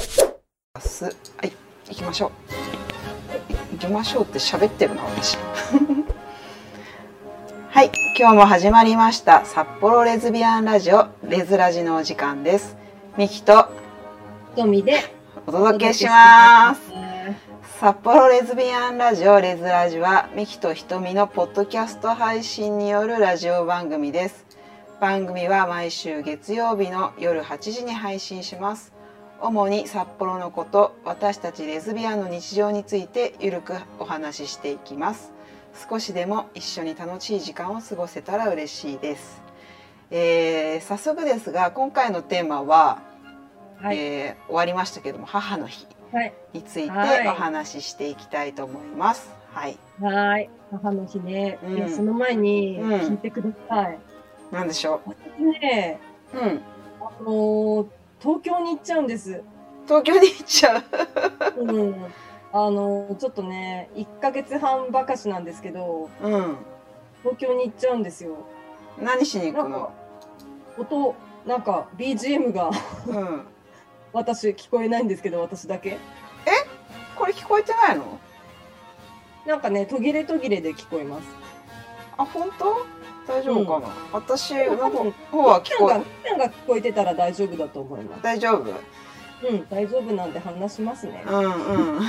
ますはい行きましょう行きましょうって喋ってるな私 はい今日も始まりました札幌レズビアンラジオレズラジのお時間ですミキととみでおお届けします届けします。札幌レズビアンラジオレズラジはミキとひとみのポッドキャスト配信によるラジオ番組です番組は毎週月曜日の夜8時に配信します主に札幌のこと私たちレズビアンの日常についてゆるくお話ししていきます少しでも一緒に楽しい時間を過ごせたら嬉しいです、えー早速ですが今回のテーマは、はい、えー終わりましたけども母の日はい、についてはいお話ししていきたいと思います。はい。はい、母の日ね、うんいやその前にうん聞いてください。なんでしょ私ね、う。うん。あのー東京に行っちゃう んです。東京に行っちゃう。うん、あのーちょっとね、一ヶ月半ばかしなんですけど、うん。東京に行っちゃうんですよ。何しに行くなんのか？音、なんか BGM が うん。私聞こえないんですけど、私だけ。これ聞こえてないの？なんかね、途切れ途切れで聞こえます。あ本当？大丈夫かな？私多の分方は聞こがえ。が聞こえてたら大丈夫だと思います。大丈夫。うん、大丈夫なんで話しますねう。んうん。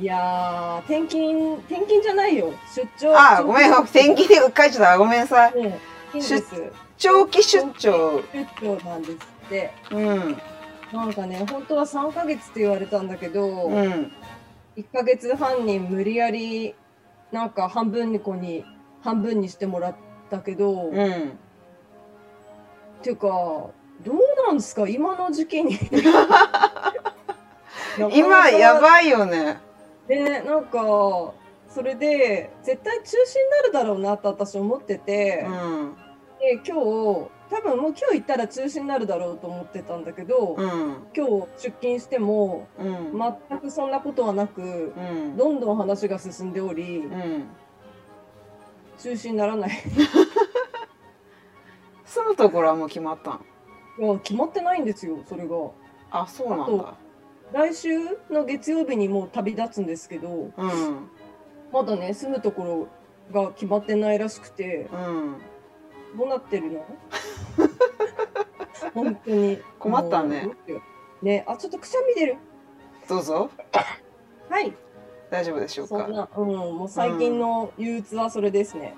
いやー、転勤、転勤じゃないよ。出張。あごめん天気でうっかりちゃった。ごめんなさい。うん、勤です。長期出張。出張なんですって。うんなんかね、本当は3ヶ月って言われたんだけど、うん。 1ヶ月半に無理やり、なんか半分にこに、半分にしてもらったけど、っうん。ていうか、どうなんですか今の時期に。 今やばいよね。でなんかそれで絶対中止になるだろうなと私思ってて、うんで今日多分もう今日行ったら中止になるだろうと思ってたんだけど、うん今日出勤してもうん。全くそんなことはなくう、んどんどん話が進んでおり、うん。中止にならない 住むところはもう決まったの。いや決まってないんですよそれが。あそうなあんだと。来週の月曜日にもう旅立つんですけどうんまだね住むところが決まってないらしくてうんどうなって るの本当に困ったねもうどうしようねあちょっとくしゃみ出るどうぞはい大丈夫でしょうそかんなうんもう最近の憂鬱はそれですね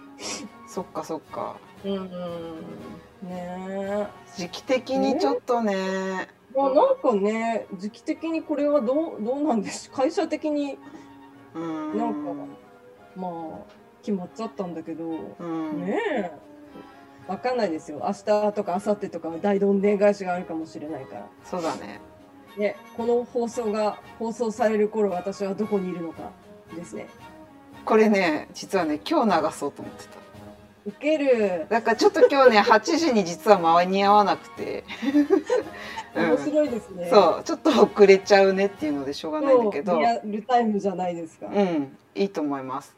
そっかそっかうんうんねえ時期的にちょっとねまあなんかね時期的にこれはどうどうなんです会社的にうんなんまあ決まっちゃったんだけどうん、ねえわかんないですよ明日とか明後日とか大どんでん返しがあるかもしれないからそうだねね、この放送が放送される頃私はどこにいるのかですね。これね実はね今日流そうと思ってた受けるだからちょっと今日 ね8時に実は間に合わなくて、うん面、白いですね。そうちょっと遅れちゃうねっていうのでしょうがないんだけそうどリアルタイムじゃないですか。うんいいと思います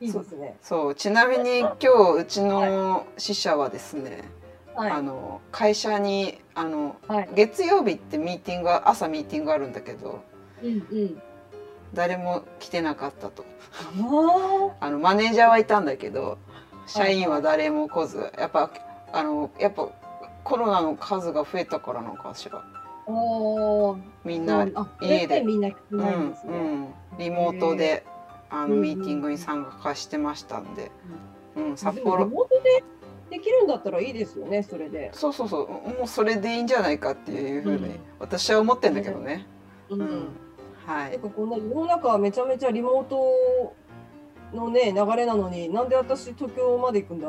いいですね。そうちなみに今日うちの死者はですね、あはの会社にあのい。はい。月曜日ってミーティングが朝ミーティングあるんだけどうんうん。誰も来てなかったとああのマネージャーはいたんだけど社員は誰も来ずやっぱあのやっぱコロナの数が増えたからなのかしらあ。おーみんな、ううんんあ、家で家でみんな来てうないんんですね。リモートであのうんうんミーティングに参加してましたんで、うん、札でもリ幌モートでできるんだったらいいですよね。それで。そうそうそうもうそれでいいんじゃないかっていうふううにん私は思ってんだけどね。ううんん。はないんかこんな世の中はめちゃめちゃリモートのね流れなのになんで私東京まで行くんだ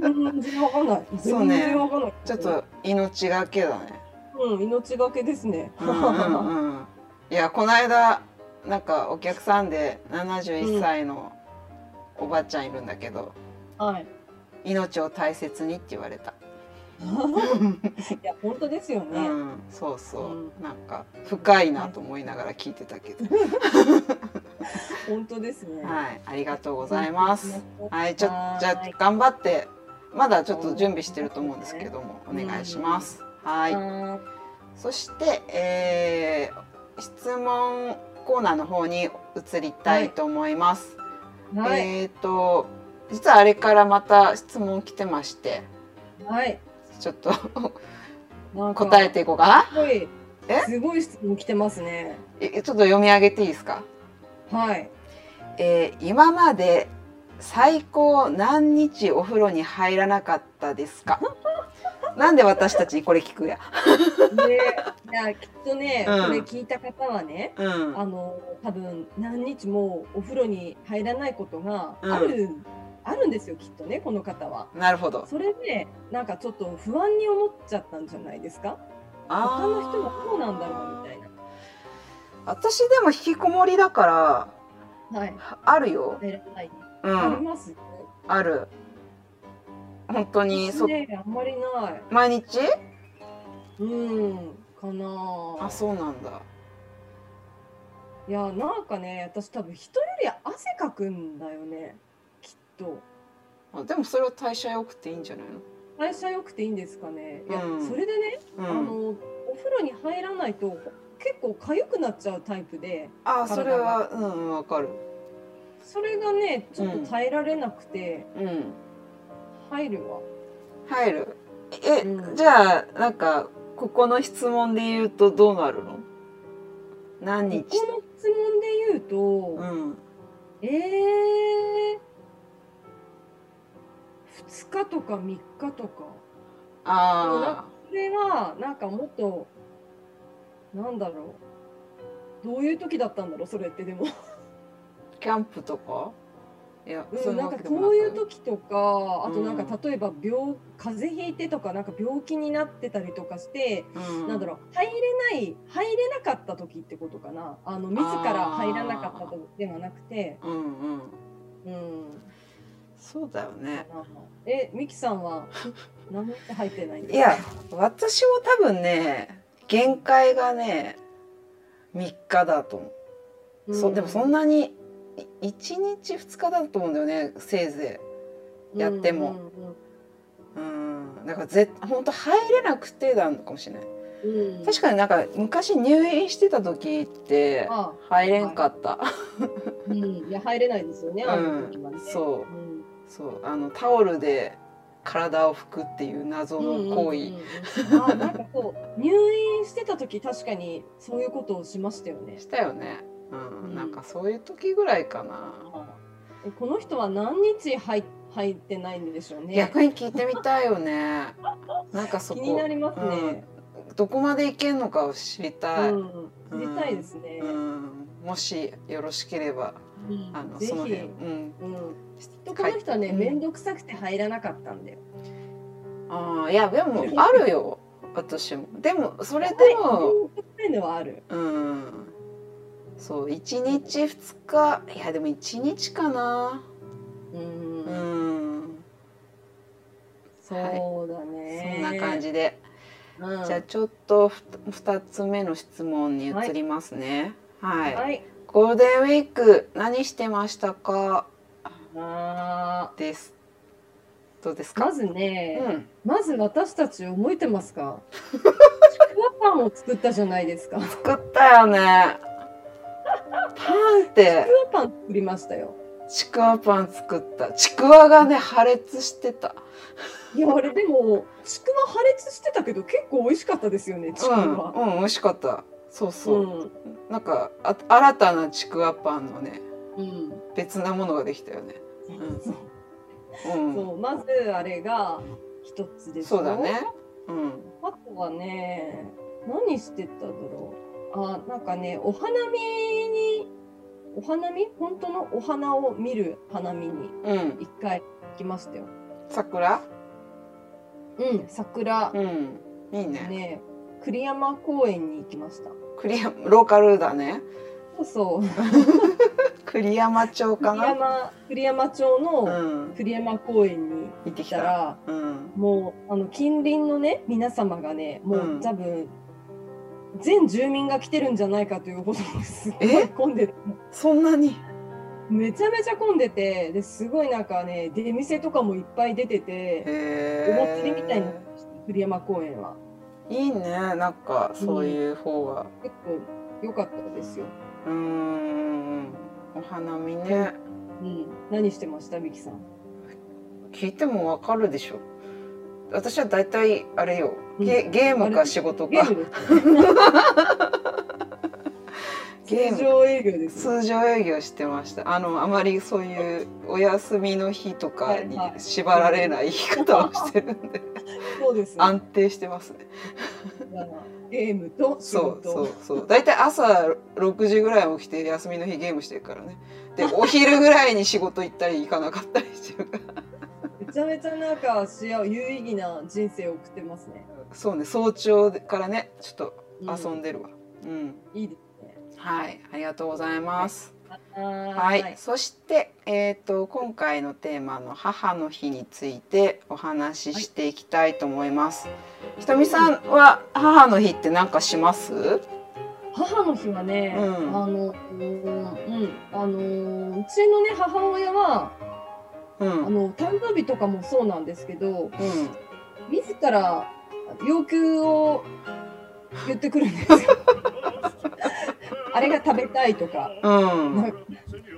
全然わかんないそう全ね然わかんない、ちょっと命がけだね。 うん命がけですね、うんうんうんいやこの間なんかお客さんで71歳のおばあちゃんいるんだけど、はい 命を大切にって言われ た、いや本当ですようね、ん、そうそう、うなんか深いなと思いながら聞いてたけど、本当ですねはいありがとうござい ます、はいちょはーいじゃあ頑張ってまだちょっと準備してると思うんですけどもお願いします、ははいーいそして、えー質問コーナーの方に移りたいと思います。はい、えっ、と実はあれからまた質問来てましてはい。ちょっとなんか答えていこうかなすごいえすごい質問来てますね。えちょっと読み上げていいですか、はい。えー今まで最高何日お風呂に入らなかったです かなんで私たちにこれ聞くやで、 いやきっとね、うんこれ聞いた方はね、うんあの多分何日もお風呂に入らないことがうんある、あるんですよきっとねこの方は。なるほどそれでなんかちょっと不安に思っちゃったんじゃないですか。あー他の人はどうなんだろうみたい私でも引きこもりだからな。はい。あるよ。入らない。うありん、ます。ある。本当に、そねあんまりない。毎日？うんかなあ、そうなんだ。いやなんかね私多分人より汗かくんだよねきっとあでもそれは代謝良くていいんじゃない代謝良くていいんですかねいや、うんそれでね、あの？うん。のお風呂に入らないと結構痒くなっちゃうタイプであ、それは体うんうんわかる。それがねちょっと耐えられなくてうん。入るわ、入る。え、うんじゃあなんかここの質問で言うとどうなるの？何日こ？この質問で言うと、うん。ええー、2日とか3日とかあこれはなんかもっとなんだろうどういう時だったんだろうそれってでも、あ、キャンプとか？いや、うそん、なんかわけでもそういなうく時とかあとなんうか例えば病風邪ひいてとかなんか病気になってたりとかして、うん、なんだろう入れない入れなかった時ってことかなあの自ら入らなかったとではなくて、う。うんうん。うん、そうだよね。えミキさ んは何日入ってないんでいすかや私も多分ね限界がね3日だと思う、そうでもそんなに1日2日だと思うんだよねせいぜやってもいうんだからぜ本当入れなくてなのかもしれないうんうんうんうん確かになんか昔入院してた時ってあ入れんかった、うん、いや入れないですよね、あの時はね。そううん。そうあのタオルで体を拭くっていう謎の行為、うんうんうんうんあなんかこう入院してた時確かにそういうことをしましたよね。したよねうん、うんなんかそういう時ぐらいかなえこの人は何日入っ入ってないんでしょうね。逆に聞いてみたいよね。なんかそ気になこりますね。どこまでいけんのかを知りたい。ううんん、知りたいですね。もしよろしければうんあのぜひ。その辺、う、うんん。きっとこの人はねうん面倒くさくて入らなかったんだよ。ああいやでもあるよ私もでもそれでも、面倒くさいのはある。うんそう一日二日いやでも一日かなう。うんんそうだそね。んな感。じで、うん、じゃあちょっとふた二つ目の質問に移りますねはいはい。ゴールデンウィーク何してましたかあです。どうですーか？まずね。うん。まず私たち覚えてますかちくわパンを作ったじゃないですか。ちく作ったよね。パンってわパン作りましたよ。ちくわパン作った。ちくわがね破裂してた。いや、あれでも、ちくわ破裂してたけど、結構美味しかったですよね、ちくわ。うん、うん、美味しかった。そううそう。ん。うん。なんかあ新たなちくわパンのね別なものができたよね。んそううん。そう、まずあれが一つですそうだ。ね。うん。あとはね、何してたんだろう。あ、なんかね、お花見に、お花見本当のお花を見る花見にうん。一回行きましたよ。桜？うん、桜。うん。いいね。ね、栗山公園に行きました。栗山ローカルだね。そうそう、栗山町か栗な。山、栗山町のうん。栗山公園に行って来きたた。ら、うん。もう、あの近隣のね、皆様がね、もううん多分。全住民が来てるんじゃないかというほどですごえい混んでるそんなに。めちゃめちゃ混んでてですごいなんかね出店とかもいっぱい出てておへー祭りみたいになってました栗山公園はいいねなんかそういう方が結構良かったですよ。うーんお花見ねうん、何してましたミキさん。聞いてもわかるでしょ私は大体あれよゲゲームか仕事ゲかーム ですゲーよ。ム通常営業ですよ。通常営業してましたあのあまりそういうお休みの日とかにはいはい縛られない生き方をして るんでそうです。安定してますねゲームと仕そう事。そうそう大体朝6時ぐらいに起きて休みの日ゲームしてるからねでお昼ぐらいに仕事行ったり行かなかったりしてるからめちゃめちゃなんか幸有意義な人生を送ってますね。そうね早朝からねちょうっと遊んでるわうん、いいですね。はいありがとうございますははい、そして、えー、と今回のテーマの「母の日」についてお話ししていきたいと思います。ひとみさんは母の日って何かします母の日はね、うんあの、うん、あの、うちのね、母親は、うあん、の、誕生日とかもそうなんですけど、うん、自ら要求を言ってくる んですよ。あれが食べたいとか、うん、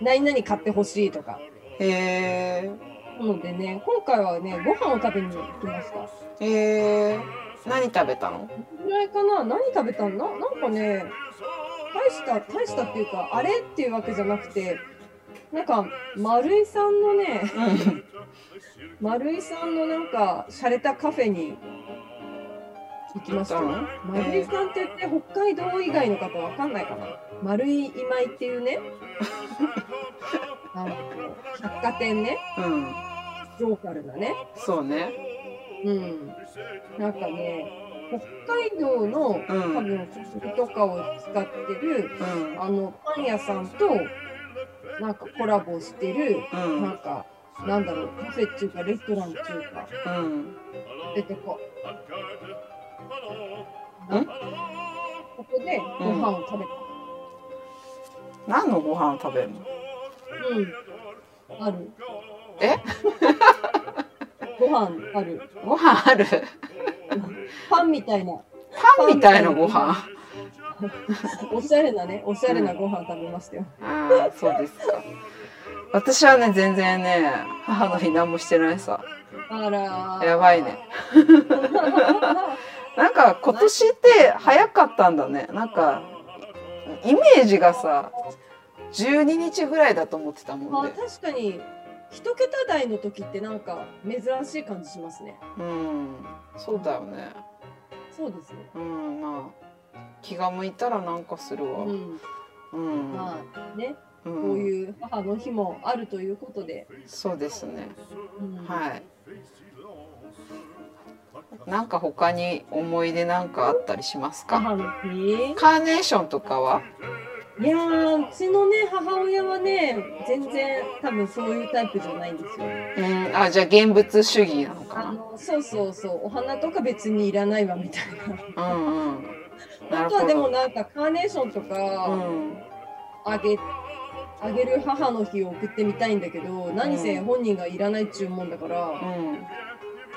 何々買ってほしいとか。へーなのでね、今回はね、ご飯を食べに行きました。えー、何食べたのぐらいかな何食べたんだなんかね大した大したっていうかあれっていうわけじゃなくてなんか丸井さんのねうん、丸井さんのなんか洒落たカフェに行きました行っよ丸井さんって言って北海道以外の方わかんないかな丸井今井っていうね なんかこう百貨店ねうん、ローカルなねそうね、うんなんかね北海道のうん、う多ん、分薬とかを使ってるあのパン屋さんとなんかコラボしてるうん、なんかなんだろうカフェっていうかレストランっていうかうん、出てこんここでご飯を食べた何のご飯を食べるのうん、あるえ ご飯あるご飯あるパンみたいなパンみたいなご飯おしゃれなねおしゃれなご飯食べましたよ、ああそうですか私はね全然ね母の日何もしてないさあらーやばい ねなんか今年って早かったんだねなんかイメージがさ12日ぐらいだと思ってたもまんあで、確かに一桁台の時ってなんか珍しい感じしますねうんそうだよねそうですねうんまあ気が向いたらなんかするわううんんうん、まあねこういう母の日もあるということで、そうですねうんはいなんか他に思い出なんかあったりしますか母の日カーネーションとかはいやーうちのね母親はね全然多分そういうタイプじゃないんですようん、あじゃあ現物主義なのあかのそうそうそうお花とか別にいらないわみたいなな。うんうん。なあるとはほでもど。なんかカーネーションとうかん、あげ,、あげる母の日を送ってみたいんだけど何せ本人がいらないっちゅうもんだから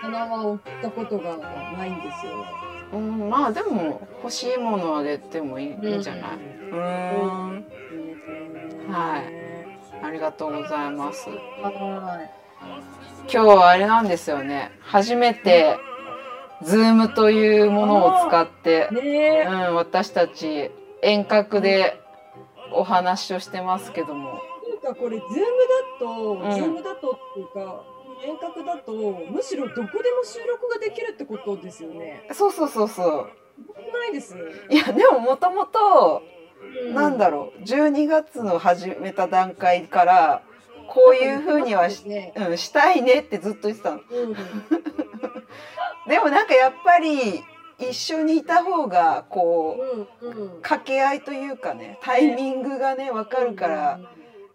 花は送ったことがないんですよねうん、うん、まあでも欲しいものあげてもいい,、ん、いいんじゃない。うーん、はいありがとうございます。は今日はあれなんですよね。初めて Zoom というものを使ってい、ねうえん、私たち遠隔でお話をしてますけども、なんかこれ、ズームだと、うんズームだとっていうか、遠隔だと、むしろどこでも収録ができるってことですよね。そうそうそうそう。ないです。いやでももともとうなんだろう12月の始めた段階からこういうふうにはし,、ね。うん、したいねってずっと言ってたのうん、でもなんかやっぱり一緒にいた方がこうん、うんう。掛け合いというかねタイミングがね分かるから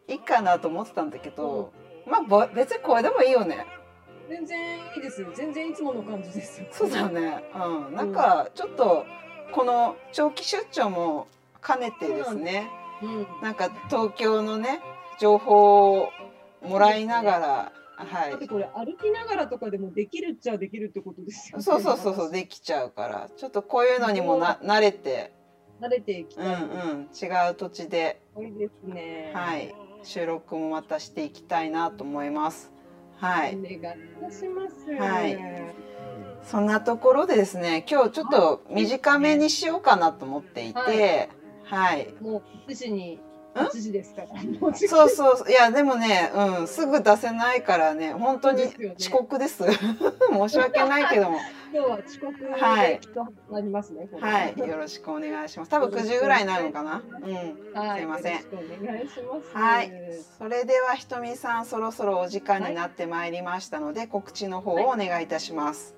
いいかなと思ってたんだけどまあぼ別にこれでもいいよね全然いいですよ。全然いつもの感じですよ。そうだよねうんなんかちょっとこの長期出張も兼ねてですねうん。なんか東京のね情報をもらいながらはだってい。これ歩きながらとかでもできるっちゃできるってことですよね。そうそうそうそうできちゃうからちょっとこういうのにもな慣れて慣れていきうたんい。うん違う土地で、多いですね。はい、収録もまたしていきたいなと思います。はおい、願いいたします。はいそんなところでですね今日ちょっと短めにしようかなと思っていて、はい、もう9時に8時ですから。もう時間そうそういやでもね、うん、すぐ出せないからね本当にですよね遅刻です 申し訳ないけども今日は遅刻はいできっとなりますね。これはいよろしくお願いします多分9時ぐらいになるのかなうんはすいませんよろしくお願いします。はいそれではひとみさんそろそろお時間になってまいりましたので、告知の方をお願いいたします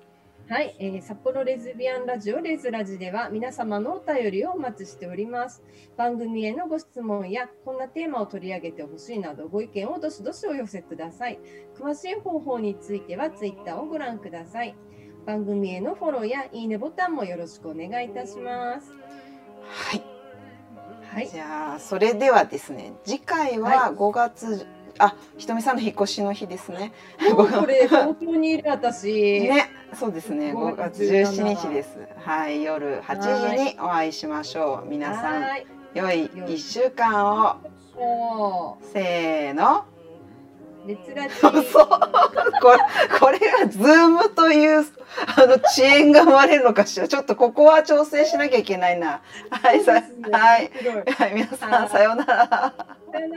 はい、えー札幌レズビアンラジオレズラジでは皆様のお便りをお待ちしております。番組へのご質問やこんなテーマを取り上げてほしいなどご意見をどしどしお寄せください。詳しい方法についてはツイッターをご覧ください。番組へのフォローやいいねボタンもよろしくお願いいたします。はいはい、じゃあそれではですね次回は5月、あひとみさんの引っ越しの日ですねもうこれ東京にいる私。ね、そうですね。5 5月月17 17日です。はい、夜8時にお会いしましょう。皆さん、はい、良い1週間を。もせーの。うレズラジ。そう。これ、これがズームという、あの、遅延が生まれるのかしら。ちょっとここは調整しなきゃいけないな。はい、さ、はい。面白い。はい、皆さはん、いさようなら。さよなら。